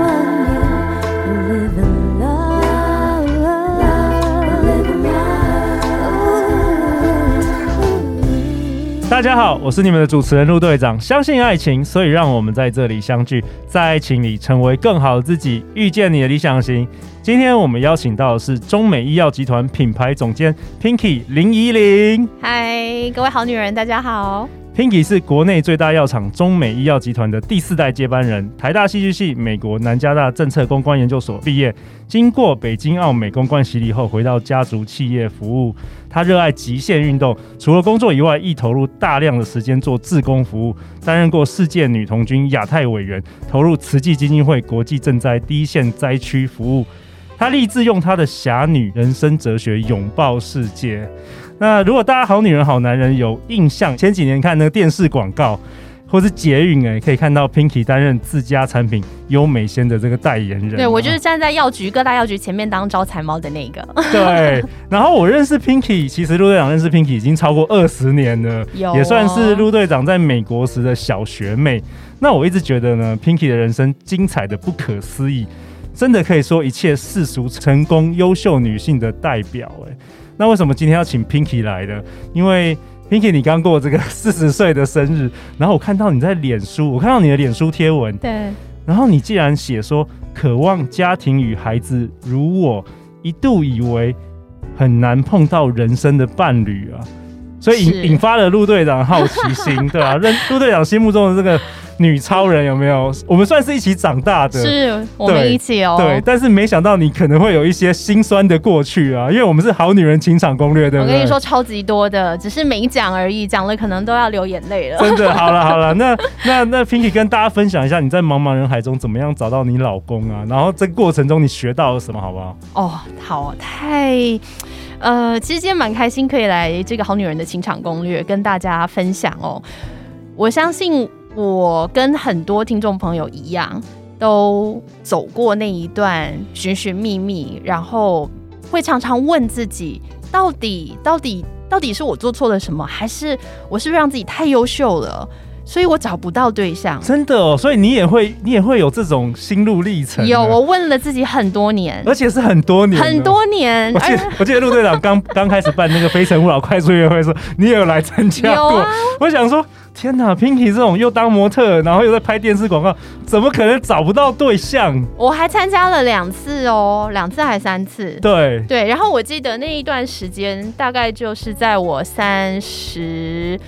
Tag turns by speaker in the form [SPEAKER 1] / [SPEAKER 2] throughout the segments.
[SPEAKER 1] love you, live in love, live in love.
[SPEAKER 2] 大家好，我是你们的主持人陆队长。相信爱情，所以让我们在这里相聚，在爱情里成为更好的自己，遇见你的理想型。今天我们邀请到的是中美医药集团品牌总监 Pinky 林依玲。
[SPEAKER 3] 嗨，各位好女人，大家好。
[SPEAKER 2] Pinky 是国内最大药厂中美医药集团的第四代接班人，台大戏剧系、美国南加大政策公关研究所毕业，经过北京澳美公关洗礼后，回到家族企业服务。他热爱极限运动，除了工作以外，亦投入大量的时间做志工服务，担任过世界女童军亚太委员，投入慈济基金会国际赈灾第一线灾区服务。他立志用他的侠女人生哲学拥抱世界。那如果大家好女人好男人有印象，前几年看那个电视广告或是捷运，哎，可以看到 Pinky 担任自家产品优美仙的这个代言人啊。
[SPEAKER 3] 对我就是站在药局各大药局前面当招财猫的那个，
[SPEAKER 2] 对，然后我认识 Pinky，其实陆队长认识 Pinky 已经超过二十年了，
[SPEAKER 3] 有哦
[SPEAKER 2] 也算是陆队长在美国时的小学妹。那我一直觉得呢，Pinky 的人生精彩的不可思议，真的可以说一切世俗成功优秀女性的代表。哎，那为什么今天要请 Pinky 来呢？因为 Pinky 你刚过这个四十岁的生日，然后我看到你在脸书，我看到你的脸书贴文，
[SPEAKER 3] 对，
[SPEAKER 2] 然后你既然写说渴望家庭与孩子，如我一度以为很难碰到人生的伴侣啊，所以
[SPEAKER 3] 是
[SPEAKER 2] 引引发了陆队长的好奇心，对吧、 啊？认陆队长心目中的这个女超人有没有？我们算是一起长大的，
[SPEAKER 3] 是我们一起哦。
[SPEAKER 2] 对，但是没想到你可能会有一些心酸的过去啊，因为我们是好女人情场攻略，对
[SPEAKER 3] 我
[SPEAKER 2] 不对？
[SPEAKER 3] 跟你说，超级多的，只是没讲而已，讲了可能都要流眼泪了。
[SPEAKER 2] 真的， 好了好了，那那那 Pinky 跟大家分享一下你在茫茫人海中怎么样找到你老公啊？然后这个过程中你学到了什么，好不好？
[SPEAKER 3] 哦，好，太。呃，其实今天蛮开心，可以来这个《好女人的情场攻略》跟大家分享哦。我相信我跟很多听众朋友一样，都走过那一段寻寻觅觅，然后会常常问自己，到底到底到底是我做错了什么，还是我是不是让自己太优秀了，所以我找不到对象？
[SPEAKER 2] 真的哦，所以你也会你也会有这种心路历程，啊
[SPEAKER 3] 有，我，问了自己很多年，
[SPEAKER 2] 而且是很多年，
[SPEAKER 3] 很。多哎年，
[SPEAKER 2] 我记
[SPEAKER 3] 而
[SPEAKER 2] 得我记得陆队长刚刚开始办那个《非诚勿扰》快速约会的时候，你也有来参加
[SPEAKER 3] 有
[SPEAKER 2] 过。
[SPEAKER 3] 啊
[SPEAKER 2] 我想说，天哪，Pinky 这种又当模特，然后又在拍电视广告，怎么可能找不到对象？
[SPEAKER 3] 我还参加了两次哦，两次还三次。
[SPEAKER 2] 对，
[SPEAKER 3] 对，然后我记得那一段时间大概就是在我三十。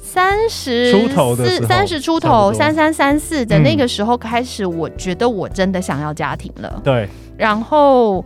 [SPEAKER 3] 三十
[SPEAKER 2] 出头的时候
[SPEAKER 3] 三十出
[SPEAKER 2] 差不
[SPEAKER 3] 头，
[SPEAKER 2] 多
[SPEAKER 3] 三三三四的
[SPEAKER 2] 嗯
[SPEAKER 3] 那个时候开始，我觉得我真的想要家庭了。
[SPEAKER 2] 对，
[SPEAKER 3] 然后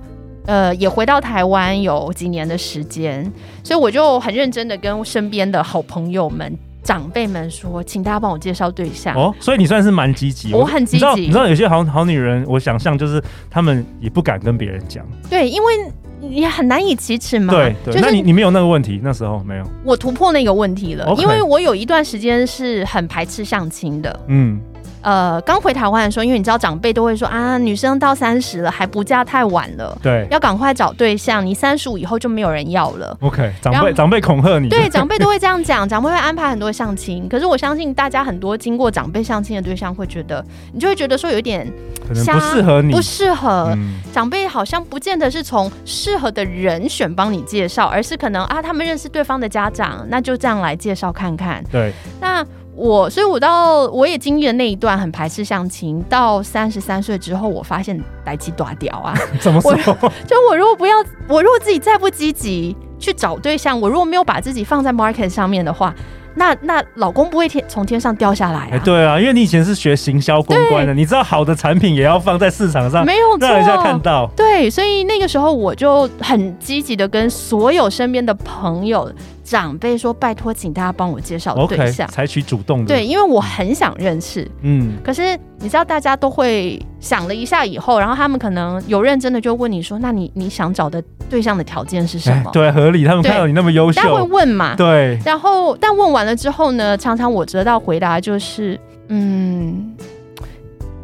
[SPEAKER 3] 呃也回到台湾有几年的时间，所以我就很认真的跟身边的好朋友们、长辈们说，请大家帮我介绍对象。
[SPEAKER 2] 哦，所以你算是蛮积极。
[SPEAKER 3] 我很
[SPEAKER 2] 你
[SPEAKER 3] 积极
[SPEAKER 2] 知道，你知道有些好好女人，我想象就是她们也不敢跟别人讲。
[SPEAKER 3] 对，因为你很难以启齿嘛。
[SPEAKER 2] 对对，
[SPEAKER 3] 就是
[SPEAKER 2] 那你你没有那个问题，那时候没有。
[SPEAKER 3] 我突破那个问题了
[SPEAKER 2] OK
[SPEAKER 3] 因为我有一段时间是很排斥相亲的。
[SPEAKER 2] 嗯，
[SPEAKER 3] 呃，刚回台湾的时候，因为你知道长辈都会说啊，女生到三十了还不嫁太晚了，
[SPEAKER 2] 对
[SPEAKER 3] 要赶快找对象，你三十五以后就没有人要了。
[SPEAKER 2] ，OK，长
[SPEAKER 3] 然后
[SPEAKER 2] 辈长辈恐吓你。
[SPEAKER 3] 对，长辈都会这样讲， 长辈会安排很多相亲。可是我相信大家很多经过长辈相亲的对象会觉得，你就会觉得说有一点
[SPEAKER 2] 可能不适合你
[SPEAKER 3] 不。适合，
[SPEAKER 2] 嗯，
[SPEAKER 3] 长辈好像不见得是从适合的人选帮你介绍，而是可能啊，他们认识对方的家长，那就这样来介绍看看。
[SPEAKER 2] 对，
[SPEAKER 3] 那我，所以我到我也经历了那一段很排斥相亲，到三十三岁之后，我发现来鸡短屌啊！
[SPEAKER 2] 怎么说？
[SPEAKER 3] 就我如果不要，我如果自己再不积极去找对象，我如果没有把自己放在 market 上面的话，那那老公不会天从天上掉下来
[SPEAKER 2] 哎，
[SPEAKER 3] 啊！
[SPEAKER 2] 对啊，因为你以前是学行销公关的，你知道好的产品也要放在市场上，
[SPEAKER 3] 没有
[SPEAKER 2] 让人家看
[SPEAKER 3] 错。
[SPEAKER 2] 到。
[SPEAKER 3] 对，所以那个时候我就很积极的跟所有身边的朋友、长辈说：“拜托，请大家帮我介绍对
[SPEAKER 2] OK，嗯
[SPEAKER 3] 象。
[SPEAKER 2] 采取主动的。
[SPEAKER 3] 对，，因为我很想认识，
[SPEAKER 2] 嗯，
[SPEAKER 3] 可是你知道，大家都会想了一下以后，然后他们可能有认真的就问你说：“那你你想找的对象的条件是什
[SPEAKER 2] 哎
[SPEAKER 3] 么？”，
[SPEAKER 2] 对，合理。他们
[SPEAKER 3] 对
[SPEAKER 2] 看到你那么优
[SPEAKER 3] 大家会
[SPEAKER 2] 秀，
[SPEAKER 3] 问嘛。
[SPEAKER 2] 对，
[SPEAKER 3] 然后，但问完了之后呢，常常我得到回答就是：“嗯，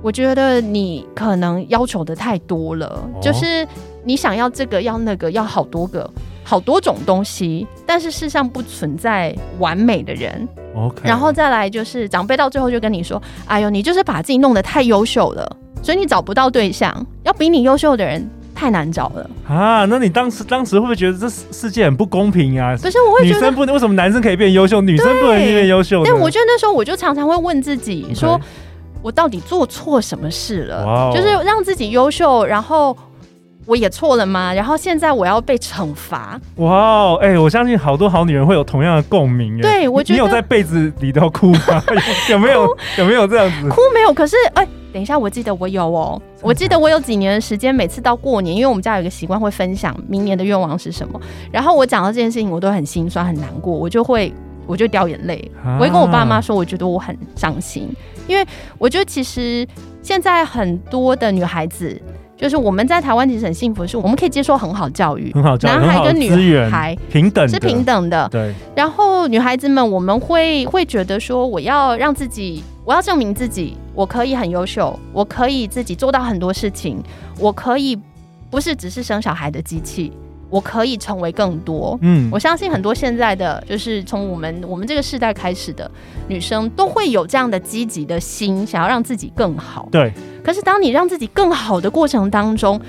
[SPEAKER 3] 我觉得你可能要求的太多了，
[SPEAKER 2] 哦
[SPEAKER 3] 就是你想要这个要那个要好多个好多种东西，但是世上不存在完美的人。
[SPEAKER 2] OK，
[SPEAKER 3] 然后再来就是长辈到最后就跟你说：“哎呦，你就是把自己弄得太优秀了，所以你找不到对象，要比你优秀的人太难找了。
[SPEAKER 2] 啊，那你当时当时会不会觉得这世世界很不公平啊”？
[SPEAKER 3] 不是，我会
[SPEAKER 2] 女
[SPEAKER 3] 觉得
[SPEAKER 2] 生不能，为什么男生可以变优秀，女生不能变优秀呢？
[SPEAKER 3] 但我觉得那时候我就常常会问自己
[SPEAKER 2] OK
[SPEAKER 3] 说，我到底做错什么事了
[SPEAKER 2] 哇哦
[SPEAKER 3] 就是让自己优秀，然后我也错了吗？然后现在我要被惩罚，
[SPEAKER 2] 哇哦，哎、我相信好多好女人会有同样的共鸣。哎
[SPEAKER 3] 对我
[SPEAKER 2] 你
[SPEAKER 3] 觉得
[SPEAKER 2] 你有在被子里头哭吗？ 有有没有有没有这样子？
[SPEAKER 3] 哭没有？可是哎。等一下，我记得我有哦，我记得我有几年的时间，每次到过年，因为我们家有一个习惯会分享明年的愿望是什么，然后我讲到这件事情，我都很心酸很难过，我就会我就掉眼泪，
[SPEAKER 2] 啊
[SPEAKER 3] 我会跟我爸妈说，我觉得我很伤心，因为我觉得其实现在很多的女孩子，就是我们在台湾其实很幸福，是我们可以接受很好教育，
[SPEAKER 2] 很好嗯教育，
[SPEAKER 3] 男
[SPEAKER 2] 很
[SPEAKER 3] 孩
[SPEAKER 2] 好的
[SPEAKER 3] 跟
[SPEAKER 2] 资
[SPEAKER 3] 女
[SPEAKER 2] 源
[SPEAKER 3] 孩
[SPEAKER 2] 平等
[SPEAKER 3] 是
[SPEAKER 2] 的
[SPEAKER 3] 平。等的。
[SPEAKER 2] 对，
[SPEAKER 3] 然后女孩子们，我们会会觉得说，我要让自己，我要证明自己，我可以很优秀，我可以自己做到很多事情，我可以不是只是生小孩的机器，我可以成为更多。
[SPEAKER 2] 嗯
[SPEAKER 3] 我相信很多现在的，就是从我们我们这个世代开始的女生，都会有这样的积极的心，想要让自己更好。
[SPEAKER 2] 对，
[SPEAKER 3] 可是当你让自己更好的过程当中，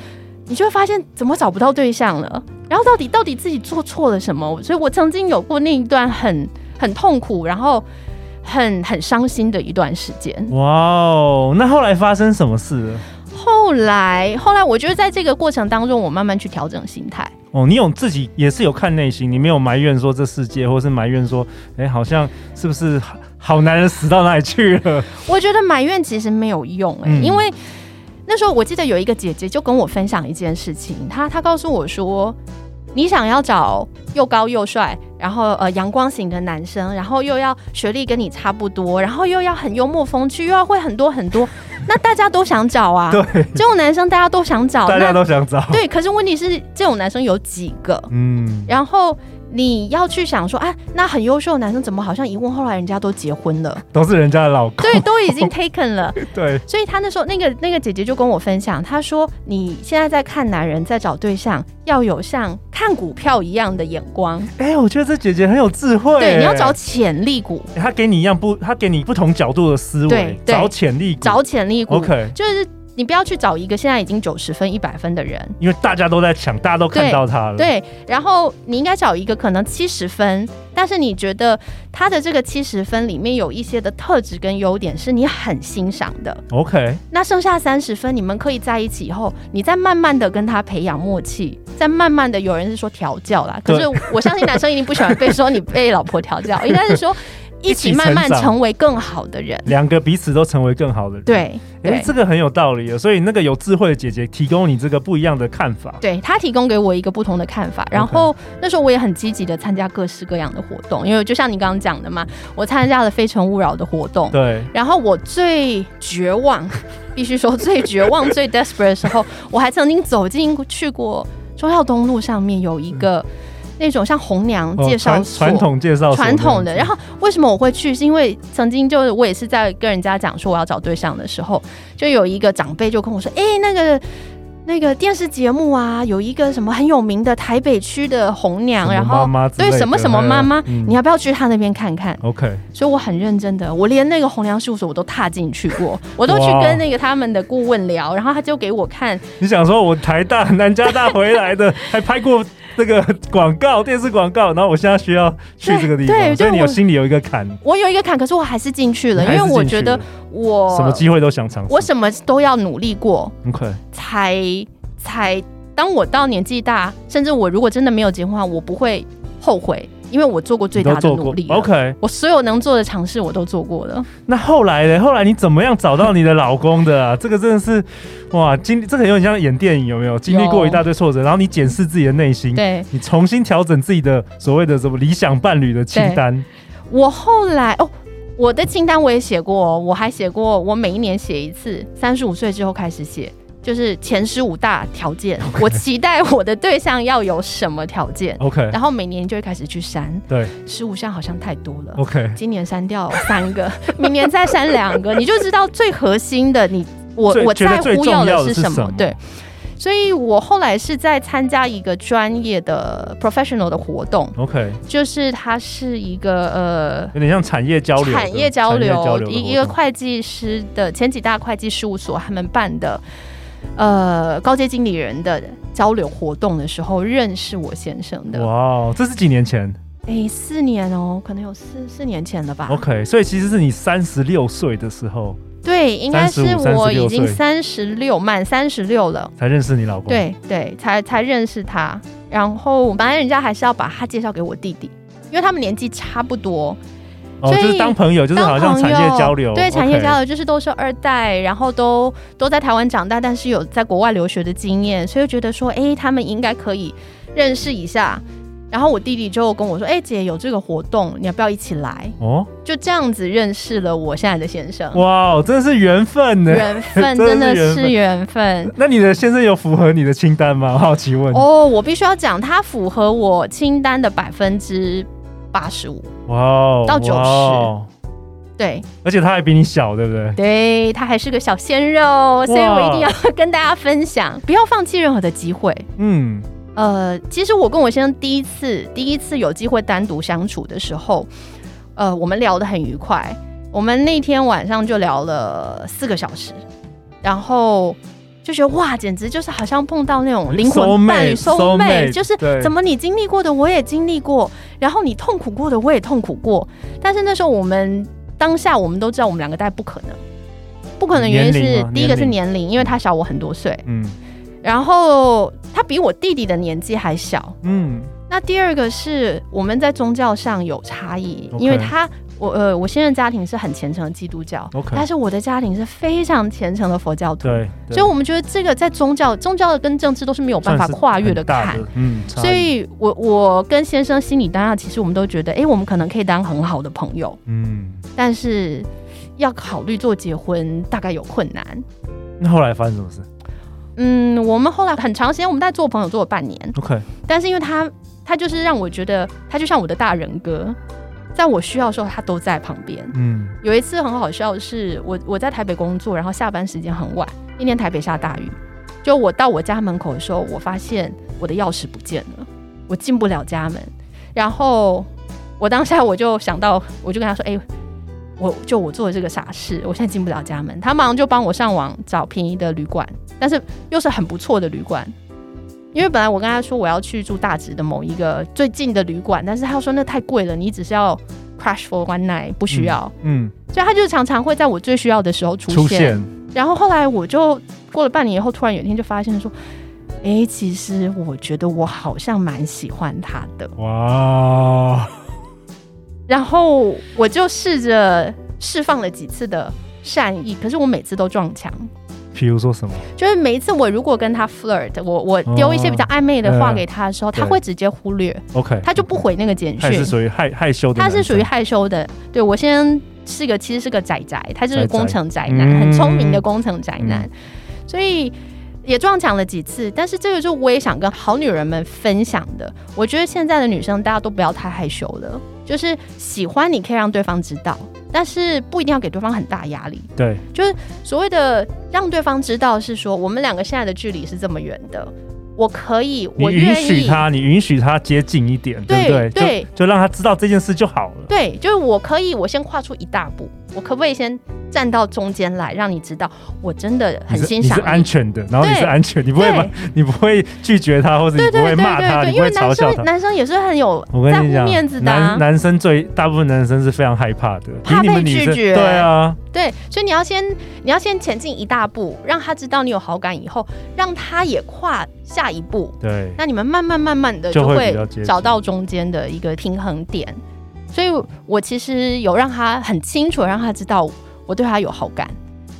[SPEAKER 3] 你就会发现怎么找不到对象了，然后到底到底自己做错了什么？所以我曾经有过那一段很很痛苦，然后很很伤心的一段时间。
[SPEAKER 2] 哇哦，那后来发生什么事了？
[SPEAKER 3] 后来后来，我觉得在这个过程当中，我慢慢去调整心态。
[SPEAKER 2] 哦，你有自己也是有看内心，你没有埋怨说这世界，或是埋怨说，哎、好像是不是好好男人死到哪里去了？
[SPEAKER 3] 我觉得埋怨其实没有用、哎、
[SPEAKER 2] 嗯
[SPEAKER 3] 因为那时候我记得有一个姐姐就跟我分享一件事情，她她告诉我说，你想要找又高又帅，然后呃阳光型的男生，然后又要学历跟你差不多，然后又要很幽默风趣，又要会很多很多，那大家都想找 啊，
[SPEAKER 2] 对，
[SPEAKER 3] 这种男生大家都想找，
[SPEAKER 2] 大家
[SPEAKER 3] 那
[SPEAKER 2] 都想找。
[SPEAKER 3] 对，可是问题是这种男生有几个？
[SPEAKER 2] 嗯，
[SPEAKER 3] 然后你要去想说，啊，那很优秀的男生怎么好像一问，后来人家都结婚了，
[SPEAKER 2] 都是人家的老 公。
[SPEAKER 3] 对，都已经 taken 了。
[SPEAKER 2] 对，
[SPEAKER 3] 所以她那时候那个那个姐姐就跟我分享，她说你现在在看男人，在找对象，要有像看股票一样的眼光，
[SPEAKER 2] 哎、我觉得这姐姐很有智慧、
[SPEAKER 3] 对，你要找
[SPEAKER 2] 哎
[SPEAKER 3] 潜力股，
[SPEAKER 2] 她给你一样不，她给你不同角度的思维
[SPEAKER 3] 对，对
[SPEAKER 2] 找潜力股，
[SPEAKER 3] 找潜力股
[SPEAKER 2] OK，
[SPEAKER 3] 就是你不要去找一个现在已经九十分、一百分的人，
[SPEAKER 2] 因为大家都在抢，大家都看
[SPEAKER 3] 对
[SPEAKER 2] 到她了。，
[SPEAKER 3] 对，然后你应该找一个可能七十分，但是你觉得他的这个七十分里面有一些的特质跟优点是你很欣赏的，
[SPEAKER 2] OK，
[SPEAKER 3] 那剩下三十分，你们可以在一起以后，你再慢慢的跟他培养默契，再慢慢的，有人是说调教啦，可
[SPEAKER 2] 对
[SPEAKER 3] 是我相信男生一定不喜欢被说你被老婆调教，应该 是说一起慢慢
[SPEAKER 2] 一起成长
[SPEAKER 3] 成为更好的人。
[SPEAKER 2] 两个彼此都成为更好的人。，
[SPEAKER 3] 对
[SPEAKER 2] 哎、
[SPEAKER 3] 对
[SPEAKER 2] 这个很有道理的。所以那个有智慧的姐姐提供你这个不一样的看法。
[SPEAKER 3] 对，他提供给我一个不同的看法。然后那时候我也很积极的参加各式各样的活动，因为就像你刚刚讲的嘛，我参加了《非诚勿扰》的活动，
[SPEAKER 2] 对，
[SPEAKER 3] 然后我最绝望， 必须说最绝 望、最 desperate 的时候，我还曾经走进去过中药东路上面有一个那种像红娘
[SPEAKER 2] 嗯哦
[SPEAKER 3] 介绍
[SPEAKER 2] 传
[SPEAKER 3] 所。
[SPEAKER 2] 传统介绍所
[SPEAKER 3] 传统的，
[SPEAKER 2] 那样
[SPEAKER 3] 然
[SPEAKER 2] 子
[SPEAKER 3] 后为什么我会去？是因为曾经就是我也是在跟人家讲说我要找对象的时候，就有一个长辈就跟我说：“哎、那个那个电视节目啊，有一个什么很有名的台北区的红娘，
[SPEAKER 2] 什么
[SPEAKER 3] 然
[SPEAKER 2] 妈
[SPEAKER 3] 后
[SPEAKER 2] 妈之类
[SPEAKER 3] 对
[SPEAKER 2] 的
[SPEAKER 3] 什么什么
[SPEAKER 2] 那个
[SPEAKER 3] 妈妈，
[SPEAKER 2] 嗯
[SPEAKER 3] 你要不要去她那边看看？”
[SPEAKER 2] OK，
[SPEAKER 3] 所以我很认真的，我连那个红粮事务所我都踏进去 过，我都去
[SPEAKER 2] 哇
[SPEAKER 3] 跟那个他们的顾问聊，然后他就给我看，
[SPEAKER 2] 你想说我台大、南加大回来的，还拍过那个广告、电视广告，然后我现在需要去这个地方，
[SPEAKER 3] 对对
[SPEAKER 2] 所以
[SPEAKER 3] 就
[SPEAKER 2] 你有
[SPEAKER 3] 我
[SPEAKER 2] 心里有一个坎，
[SPEAKER 3] 我有一个坎，可是我还是进去了，
[SPEAKER 2] 你
[SPEAKER 3] 因
[SPEAKER 2] 还是进去
[SPEAKER 3] 为我觉得
[SPEAKER 2] 了
[SPEAKER 3] 我
[SPEAKER 2] 什么机会都想尝试。
[SPEAKER 3] 我什么都要努力过，
[SPEAKER 2] OK，
[SPEAKER 3] 才才当我到年纪大，甚至我如果真的没有结婚的话，我不会后悔，因为我做过最
[SPEAKER 2] 你都
[SPEAKER 3] 大的
[SPEAKER 2] 做
[SPEAKER 3] 努
[SPEAKER 2] 过
[SPEAKER 3] 力了。
[SPEAKER 2] OK，
[SPEAKER 3] 我所有能做的尝试我都做过了，
[SPEAKER 2] 那后来呢？后来你怎么样找到你的老公的啊？这 个真的是，哇，经历这个有点像演电影，有没有？经历过一大堆挫折，然后你检视自己的内心，
[SPEAKER 3] 对。
[SPEAKER 2] 你重新调整自己的所谓的什么理想伴侣的清单。
[SPEAKER 3] 我后来哦，我的清单我也写过、哦，我还写过，我每一年写一次，三十五岁之后开始写，就是前十五大条件我期待我的对象要有什么条件，
[SPEAKER 2] OK，
[SPEAKER 3] 然后每年就会开始去删，
[SPEAKER 2] 对
[SPEAKER 3] 十五项好像太多了。
[SPEAKER 2] ，OK，
[SPEAKER 3] 今年删掉三个，明年再删两个，你就知道最核心的你我
[SPEAKER 2] 最
[SPEAKER 3] 我
[SPEAKER 2] 觉得
[SPEAKER 3] 在
[SPEAKER 2] 最
[SPEAKER 3] 乎
[SPEAKER 2] 重
[SPEAKER 3] 要
[SPEAKER 2] 要
[SPEAKER 3] 的
[SPEAKER 2] 的
[SPEAKER 3] 是
[SPEAKER 2] 是
[SPEAKER 3] 什
[SPEAKER 2] 什
[SPEAKER 3] 么
[SPEAKER 2] 么？
[SPEAKER 3] 对，所以我后来是在参加一个专业的 professional 的活动，
[SPEAKER 2] OK，
[SPEAKER 3] 就是它是一个呃
[SPEAKER 2] 有点像产业交流的，
[SPEAKER 3] 产业交
[SPEAKER 2] 产业交
[SPEAKER 3] 流，
[SPEAKER 2] 流的
[SPEAKER 3] 一
[SPEAKER 2] 活
[SPEAKER 3] 一个
[SPEAKER 2] 动
[SPEAKER 3] 会计师的前几大会计事务所他们办的，呃，高阶经理人的交流活动的时候，认识我先生的。
[SPEAKER 2] 哇哦，这是几年前
[SPEAKER 3] 哎，四年哦，可能有四四年前了吧。
[SPEAKER 2] ？OK，所以其实是你三十六岁的时候
[SPEAKER 3] 对，应该是
[SPEAKER 2] 35
[SPEAKER 3] 我已经
[SPEAKER 2] 36
[SPEAKER 3] 三十六满三十六了，
[SPEAKER 2] 才认识你老公。，
[SPEAKER 3] 对对，才才认识他。然后本来人家还是要把他介绍给我弟弟，因为他们年纪差不多，
[SPEAKER 2] 哦，
[SPEAKER 3] 所以
[SPEAKER 2] 就是当朋友，就是好像
[SPEAKER 3] 当
[SPEAKER 2] 产
[SPEAKER 3] 朋友
[SPEAKER 2] 业交流，
[SPEAKER 3] 对产业
[SPEAKER 2] OK
[SPEAKER 3] 交。流就是都是二代，然后都都在台湾长大，但是有在国外留学的经验，所以觉得说，哎，他们应该可以认识一下。然后我弟弟就跟我说，哎，姐有这个活动，你要不要一起来？
[SPEAKER 2] 哦，
[SPEAKER 3] 就这样子认识了我现在的先生。
[SPEAKER 2] 哇哦，真的是缘分呢。
[SPEAKER 3] 缘分
[SPEAKER 2] 真
[SPEAKER 3] 真
[SPEAKER 2] 的
[SPEAKER 3] 的
[SPEAKER 2] 是
[SPEAKER 3] 是缘 分。
[SPEAKER 2] 那你的先生有符合你的清单吗？我好奇问。
[SPEAKER 3] 哦，我必须要讲，它符合我清单的百分之八十五。
[SPEAKER 2] 哇哦，
[SPEAKER 3] 到90
[SPEAKER 2] 哇哦，
[SPEAKER 3] 对
[SPEAKER 2] 而且他还比你小，对不对？
[SPEAKER 3] 对，它还是个小鲜肉，所以我一定要跟大家分享，不要放弃任何的机会。
[SPEAKER 2] 嗯，
[SPEAKER 3] 呃，其实我跟我先生第一次第一次有机会单独相处的时候，呃，我们聊得很愉快，我们那天晚上就聊了四个小时，然后。就觉得哇，简直就是好像碰到那种灵魂 伴侣
[SPEAKER 2] Soulmate，
[SPEAKER 3] soul mate，
[SPEAKER 2] soulmate，
[SPEAKER 3] 就是
[SPEAKER 2] 对
[SPEAKER 3] 怎么你经历过的我也经历过，然后你痛苦过的我也痛苦过。但是那时候我们当下我们都知道我们两个大概不可能，不可能原因
[SPEAKER 2] 年龄
[SPEAKER 3] 是
[SPEAKER 2] 吗
[SPEAKER 3] 第一个是
[SPEAKER 2] 年龄
[SPEAKER 3] 年龄，因为他小我很多岁，
[SPEAKER 2] 嗯
[SPEAKER 3] 然后他比我弟弟的年纪还小。
[SPEAKER 2] 嗯，
[SPEAKER 3] 那第二个是我们在宗教上有差异
[SPEAKER 2] OK
[SPEAKER 3] 因为他我呃我先生家庭是很虔诚的基督教
[SPEAKER 2] OK
[SPEAKER 3] 但是我的家庭是非常虔诚的佛教徒，
[SPEAKER 2] 对，对
[SPEAKER 3] 嗯所以我们觉得这个在宗教宗教跟政治都是没有办法
[SPEAKER 2] 算是
[SPEAKER 3] 跨越
[SPEAKER 2] 很
[SPEAKER 3] 的
[SPEAKER 2] 大
[SPEAKER 3] 坎。
[SPEAKER 2] 嗯，差异
[SPEAKER 3] 所以我，我跟先生心里当下，其实我们都觉得，哎、我们可能可以当很好的朋友，
[SPEAKER 2] 嗯，
[SPEAKER 3] 但是要考虑做结婚，大概有困难。
[SPEAKER 2] 那后来发生什么事
[SPEAKER 3] 嗯，我们后来很长时间，我们在做朋友做了半年，
[SPEAKER 2] ？OK，
[SPEAKER 3] 但是因为他他就是让我觉得他就像我的大人哥，在我需要的时候他都在旁边。
[SPEAKER 2] 嗯，
[SPEAKER 3] 有一次很好笑的是，我我在台北工作，然后下班时间很晚，那天台北下大雨，就我到我家门口的时候，我发现我的钥匙不见了，我进不了家门，然后我当下我就想到，我就跟他说，哎、我就我做了这个傻事，我现在进不了家门。他马上就帮我上网找便宜的旅馆，但是又是很不错的旅馆，因为本来我跟他说我要去住大直的某一个最近的旅馆，但是他说那太贵了，你只是要 crash for one night，不需要。
[SPEAKER 2] 嗯，
[SPEAKER 3] 所以他就常常会在我最需要的时候出现。
[SPEAKER 2] 出现，
[SPEAKER 3] 然后后来我就过了半年以后，突然有一天就发现说，诶，其实我觉得我好像蛮喜欢他的。
[SPEAKER 2] 哇，
[SPEAKER 3] 然后我就试着释放了几次的善意，可是我每次都撞墙。
[SPEAKER 2] 比如说什么？
[SPEAKER 3] 就是每一次我如果跟他 flirt，我我
[SPEAKER 2] 哦嗯
[SPEAKER 3] 丢一些比较暧昧的话给他的时候，
[SPEAKER 2] 对
[SPEAKER 3] 他会直接忽略，
[SPEAKER 2] OK，
[SPEAKER 3] 他就不回那个简
[SPEAKER 2] 他也是
[SPEAKER 3] 讯。
[SPEAKER 2] 属于害害羞的
[SPEAKER 3] 他
[SPEAKER 2] 男生，
[SPEAKER 3] 是属于害羞的，对我先是个其实是个宅宅，他就是
[SPEAKER 2] 宅宅
[SPEAKER 3] 工程宅男，
[SPEAKER 2] 嗯
[SPEAKER 3] 很聪明的工程宅男，
[SPEAKER 2] 嗯
[SPEAKER 3] 所以也撞墙了几次。但是这个是我也想跟好女人们分享的，我觉得现在的女生大家都不要太害羞了，就是喜欢你可以让对方知道，但是不一定要给对方很大压力。
[SPEAKER 2] 对，
[SPEAKER 3] 就是所谓的让对方知道是说我们两个现在的距离是这么远的，我可以，
[SPEAKER 2] 你
[SPEAKER 3] 我
[SPEAKER 2] 允
[SPEAKER 3] 愿
[SPEAKER 2] 许
[SPEAKER 3] 意。
[SPEAKER 2] 他，你允许他接近一点，
[SPEAKER 3] 对
[SPEAKER 2] 不对？
[SPEAKER 3] 对
[SPEAKER 2] 就就让他知道这件事就好了。
[SPEAKER 3] 对，就是我可以，我先跨出一大步，我可不可以先站到中间来，让你知道我真的很
[SPEAKER 2] 你是
[SPEAKER 3] 欣
[SPEAKER 2] 你
[SPEAKER 3] 赏
[SPEAKER 2] 是安全的，然后你
[SPEAKER 3] 对
[SPEAKER 2] 是安全，你不会把
[SPEAKER 3] 对
[SPEAKER 2] 你不会拒绝他，或者
[SPEAKER 3] 对
[SPEAKER 2] 你
[SPEAKER 3] 对
[SPEAKER 2] 不会
[SPEAKER 3] 对对
[SPEAKER 2] 骂他，
[SPEAKER 3] 对，
[SPEAKER 2] 你
[SPEAKER 3] 因
[SPEAKER 2] 不会
[SPEAKER 3] 为
[SPEAKER 2] 嘲
[SPEAKER 3] 男
[SPEAKER 2] 笑他
[SPEAKER 3] 生。男生也是很有
[SPEAKER 2] 我跟
[SPEAKER 3] 在乎
[SPEAKER 2] 你讲
[SPEAKER 3] 面子，的、
[SPEAKER 2] 男
[SPEAKER 3] 啊，
[SPEAKER 2] 男生最大部分男生是非常害怕的，
[SPEAKER 3] 怕
[SPEAKER 2] 比你们
[SPEAKER 3] 被
[SPEAKER 2] 女
[SPEAKER 3] 拒
[SPEAKER 2] 生
[SPEAKER 3] 绝
[SPEAKER 2] 对啊，
[SPEAKER 3] 对，所以你要先你要先前进一大步，让他知道你有好感，以后让他也跨下一步，
[SPEAKER 2] 对，
[SPEAKER 3] 那你们慢慢慢慢的
[SPEAKER 2] 就
[SPEAKER 3] 就
[SPEAKER 2] 会
[SPEAKER 3] 会
[SPEAKER 2] 比较接近
[SPEAKER 3] 找到中间的一个平衡点。所以我其实有让他很清楚，让他知道我对他有好感。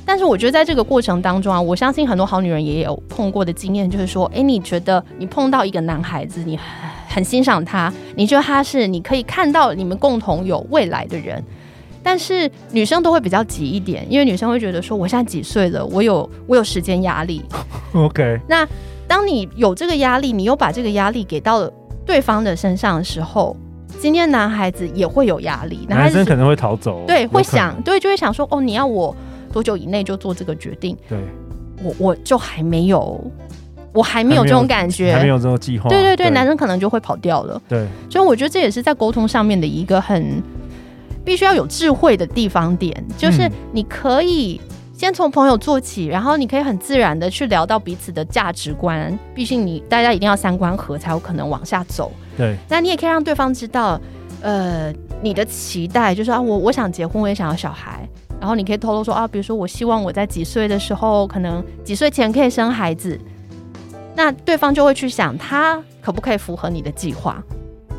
[SPEAKER 3] 但是我觉得在这个过程当中啊，我相信很多好女人也有碰过的经验，就是说，诶，哎你觉得你碰到一个男孩子，你很很欣赏他，你觉得他是你可以看到你们共同有未来的人。但是女生都会比较急一点，因为女生会觉得说，我现在几岁了，我有我有时间压力，
[SPEAKER 2] OK，
[SPEAKER 3] 那当你有这个压力，你又把这个压力给到了对方的身上的时候，今天男孩子也会有压力，
[SPEAKER 2] 男
[SPEAKER 3] 子
[SPEAKER 2] 生
[SPEAKER 3] 是
[SPEAKER 2] 可能会逃走，
[SPEAKER 3] 对
[SPEAKER 2] 有
[SPEAKER 3] 会
[SPEAKER 2] 可能
[SPEAKER 3] 想，对就会想说，哦，你要我多久以内就做这个决定，
[SPEAKER 2] 对，
[SPEAKER 3] 我我就还没有，我还没
[SPEAKER 2] 还没有
[SPEAKER 3] 有这种感觉，
[SPEAKER 2] 还没有哦这个计划。
[SPEAKER 3] 对对对，男生可能就会跑掉了。
[SPEAKER 2] 对
[SPEAKER 3] 所以我觉得这也是在沟通上面的一个很必须要有智慧的地方点，就是
[SPEAKER 2] 嗯
[SPEAKER 3] 你可以先从朋友做起，然后你可以很自然的去聊到彼此的价值观，毕竟你大家一定要三观合才有可能往下走。
[SPEAKER 2] 对
[SPEAKER 3] 那你也可以让对方知道，呃，你的期待就是啊，我我想结婚，我也想要小孩。然后你可以透露说啊，比如说我希望我在几岁的时候，可能几岁前可以生孩子，那对方就会去想他可不可以符合你的计划。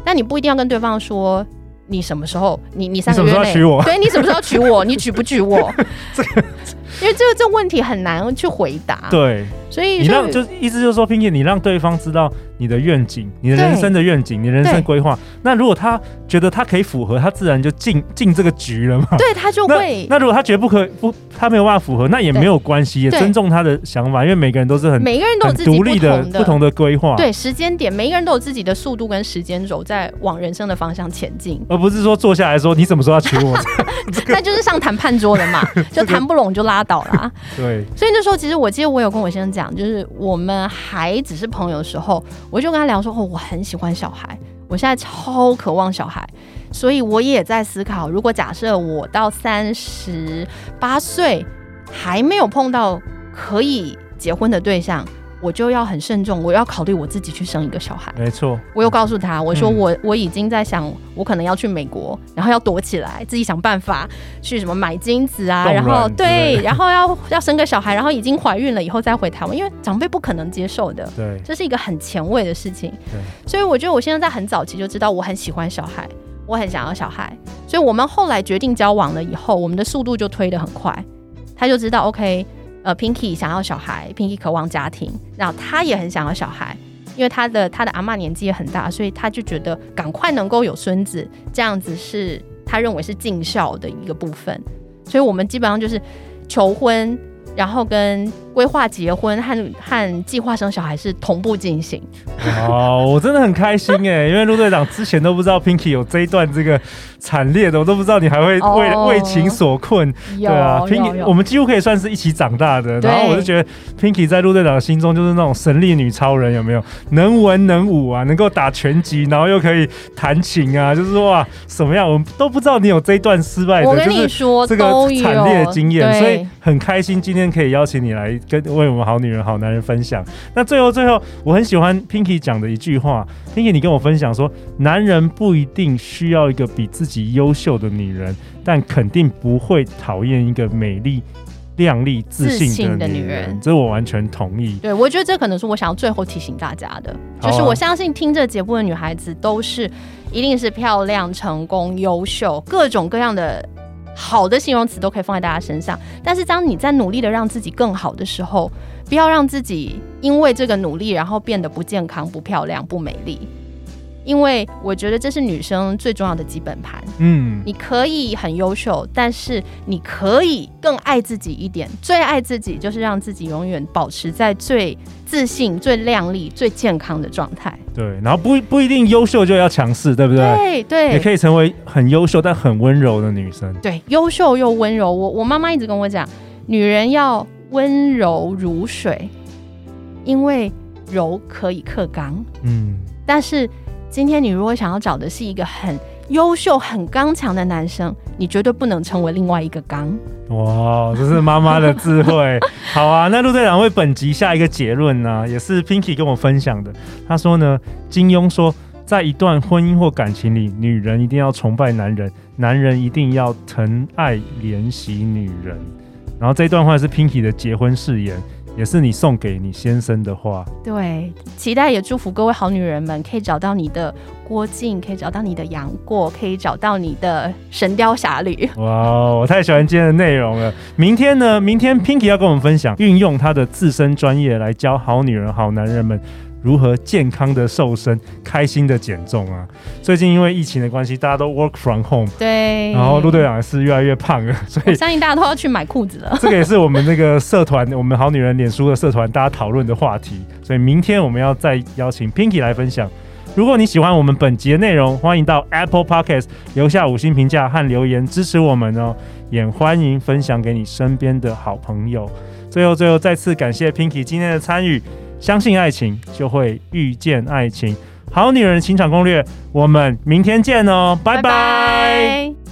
[SPEAKER 3] 但你不一定要跟对方说你什么时候，你你三个
[SPEAKER 2] 你
[SPEAKER 3] 月
[SPEAKER 2] 什么时候
[SPEAKER 3] 内
[SPEAKER 2] 娶我
[SPEAKER 3] 对你什么时候娶我，你娶不娶 我？因为这个这个问题很难去回答，
[SPEAKER 2] 对，
[SPEAKER 3] 啊所以
[SPEAKER 2] 你让
[SPEAKER 3] 就
[SPEAKER 2] 就是意思就是说，Pinky，你让对方知道你的愿景，你的人生的愿景，你的人生规划。那如果他觉得他可以符合，他自然就进进这个局了嘛。
[SPEAKER 3] 对他就
[SPEAKER 2] 那
[SPEAKER 3] 会
[SPEAKER 2] 那如果他觉得不可不，他没有办法符合，那也没有关系，也
[SPEAKER 3] 对
[SPEAKER 2] 尊重他的想法，因为每个人都是很
[SPEAKER 3] 每个人都有
[SPEAKER 2] 很
[SPEAKER 3] 自己
[SPEAKER 2] 独立的
[SPEAKER 3] 不同
[SPEAKER 2] 不同的规划，，，
[SPEAKER 3] 对时间点，每一个人都有自己的速度跟时间轴在往人生的方向前进
[SPEAKER 2] 而不是说坐下来说你什么时候要娶我，
[SPEAKER 3] 那就是上谈判桌了嘛，就谈不拢就拉倒啦。
[SPEAKER 2] 对
[SPEAKER 3] 所以那时候其实我记得我有跟我先生讲，就是我们还只是朋友的时候，我就跟他聊说，哦，我很喜欢小孩，我现在超渴望小孩，所以我也在思考，如果假设我到三十八岁还没有碰到可以结婚的对象，我就要很慎重，我要考虑我自己去生一个小孩。
[SPEAKER 2] 没错，
[SPEAKER 3] 我有告诉他，我说
[SPEAKER 2] 嗯
[SPEAKER 3] 我、我已经在想，我可能要去美国，然后要躲起来，自己想办法去什么买精子啊，
[SPEAKER 2] 冻
[SPEAKER 3] 然后
[SPEAKER 2] 卵之类
[SPEAKER 3] 对
[SPEAKER 2] 的，
[SPEAKER 3] 然后要要生个小孩，然后已经怀孕了以后再回台湾，因为长辈不可能接受的，
[SPEAKER 2] 对
[SPEAKER 3] 这是一个很前卫的事情。
[SPEAKER 2] 对，
[SPEAKER 3] 所以我觉得我现在在很早期就知道我很喜欢小孩，我很想要小孩，所以我们后来决定交往了以后，我们的速度就推得很快，他就知道 OK，呃，Pinky 想要小孩，Pinky 渴望家庭，然后他也很想要小孩。因为他的他的阿嬷年纪也很大，所以他就觉得赶快能够有孙子，这样子是他认为是尽孝的一个部分。所以我们基本上就是求婚，然后跟规划结婚和和计划生小孩是同步进行。
[SPEAKER 2] 哦，我真的很开心哎，因为陆队长之前都不知道 Pinky 有这一段这个惨烈的，我都不知道你还会为、
[SPEAKER 3] 哦
[SPEAKER 2] 为情所困，对啊，Pinky 我们几乎可以算是一起长大的。
[SPEAKER 3] 对
[SPEAKER 2] 然后我就觉得 Pinky 在陆队长心中就是那种神力女超人，有没有？能文能武啊，能够打拳击，然后又可以弹琴啊，就是说哇，什么样我们都不知道你有这一段失败
[SPEAKER 3] 我
[SPEAKER 2] 的，
[SPEAKER 3] 跟
[SPEAKER 2] 就
[SPEAKER 3] 你
[SPEAKER 2] 是。
[SPEAKER 3] 说，
[SPEAKER 2] 这个
[SPEAKER 3] 哦都有
[SPEAKER 2] 惨烈的经验，
[SPEAKER 3] 对
[SPEAKER 2] 所以很开心今天可以邀请你来跟为我们好女人、好男人分享。那最后最后，我很喜欢 Pinky 讲的一句话，Pinky 你跟我分享说，男人不一定需要一个比自己优秀的女人，但肯定不会讨厌一个美丽、靓丽、自信的
[SPEAKER 3] 自信的
[SPEAKER 2] 女
[SPEAKER 3] 女
[SPEAKER 2] 人。
[SPEAKER 3] 人
[SPEAKER 2] 这我完全同意。
[SPEAKER 3] 对，我觉得这可能是我想要最后提醒大家的，
[SPEAKER 2] 好啊
[SPEAKER 3] 就是我相信听这节目的女孩子都是一定是漂亮、成功、优秀，各种各样的好的形容词都可以放在大家身上。但是当你在努力的让自己更好的时候，不要让自己因为这个努力，然后变得不健康、不漂亮、不美丽。因为我觉得这是女生最重要的基本盘。
[SPEAKER 2] 嗯，
[SPEAKER 3] 你可以很优秀，但是你可以更爱自己一点。最爱自己就是让自己永远保持在最自信、最靓丽、最健康的状态。
[SPEAKER 2] 对。然后不不一定优秀就要强势，对不对？
[SPEAKER 3] 对
[SPEAKER 2] 也可
[SPEAKER 3] 对
[SPEAKER 2] 以成为很优秀但很温柔的女生。
[SPEAKER 3] 对，优秀又温柔。我我妈妈一直跟我讲，女人要温柔如水，因为柔可以克刚。
[SPEAKER 2] 嗯，
[SPEAKER 3] 但是今天你如果想要找的是一个很优秀、很刚强的男生，你绝对不能成为另外一个刚。
[SPEAKER 2] 哇，这是妈妈的智慧。 好啊，那陆队长为本集下一个结论呢、也是 Pinky 跟我分享的。他说呢，金庸说，在一段婚姻或感情里，女人一定要崇拜男人，男人一定要疼爱怜惜女人。然后这段话是 Pinky 的结婚誓言，也是你送给你先生的话。
[SPEAKER 3] 对，期待也祝福各位好女人们，可以找到你的郭靖，可以找到你的杨过，可以找到你的《神雕侠侣》。
[SPEAKER 2] 哇，哦我太喜欢今天的内容了。明天呢？明天 Pinky 要跟我们分享，运用她的自身专业来教好女人、好男人们如何健康的瘦身、开心的减重啊。最近因为疫情的关系，大家都 work from home，
[SPEAKER 3] 对，
[SPEAKER 2] 然后陆队长也是越来越胖了，所
[SPEAKER 3] 我
[SPEAKER 2] 以
[SPEAKER 3] 相信大家都要去买裤子了。
[SPEAKER 2] 这个也是我们那个社团，我们好女人脸书的社团大家讨论的话题。所以明天我们要再邀请 Pinky 来分享如果你喜欢我们本集的内容，欢迎到 Apple Podcast 留下五星评价和留言支持我们哦，也欢迎分享给你身边的好朋友。最后，最后再次感谢 Pinky 今天的参与，相信爱情就会遇见爱情，《好女人情场攻略》，我们明天见哦，拜拜
[SPEAKER 3] 拜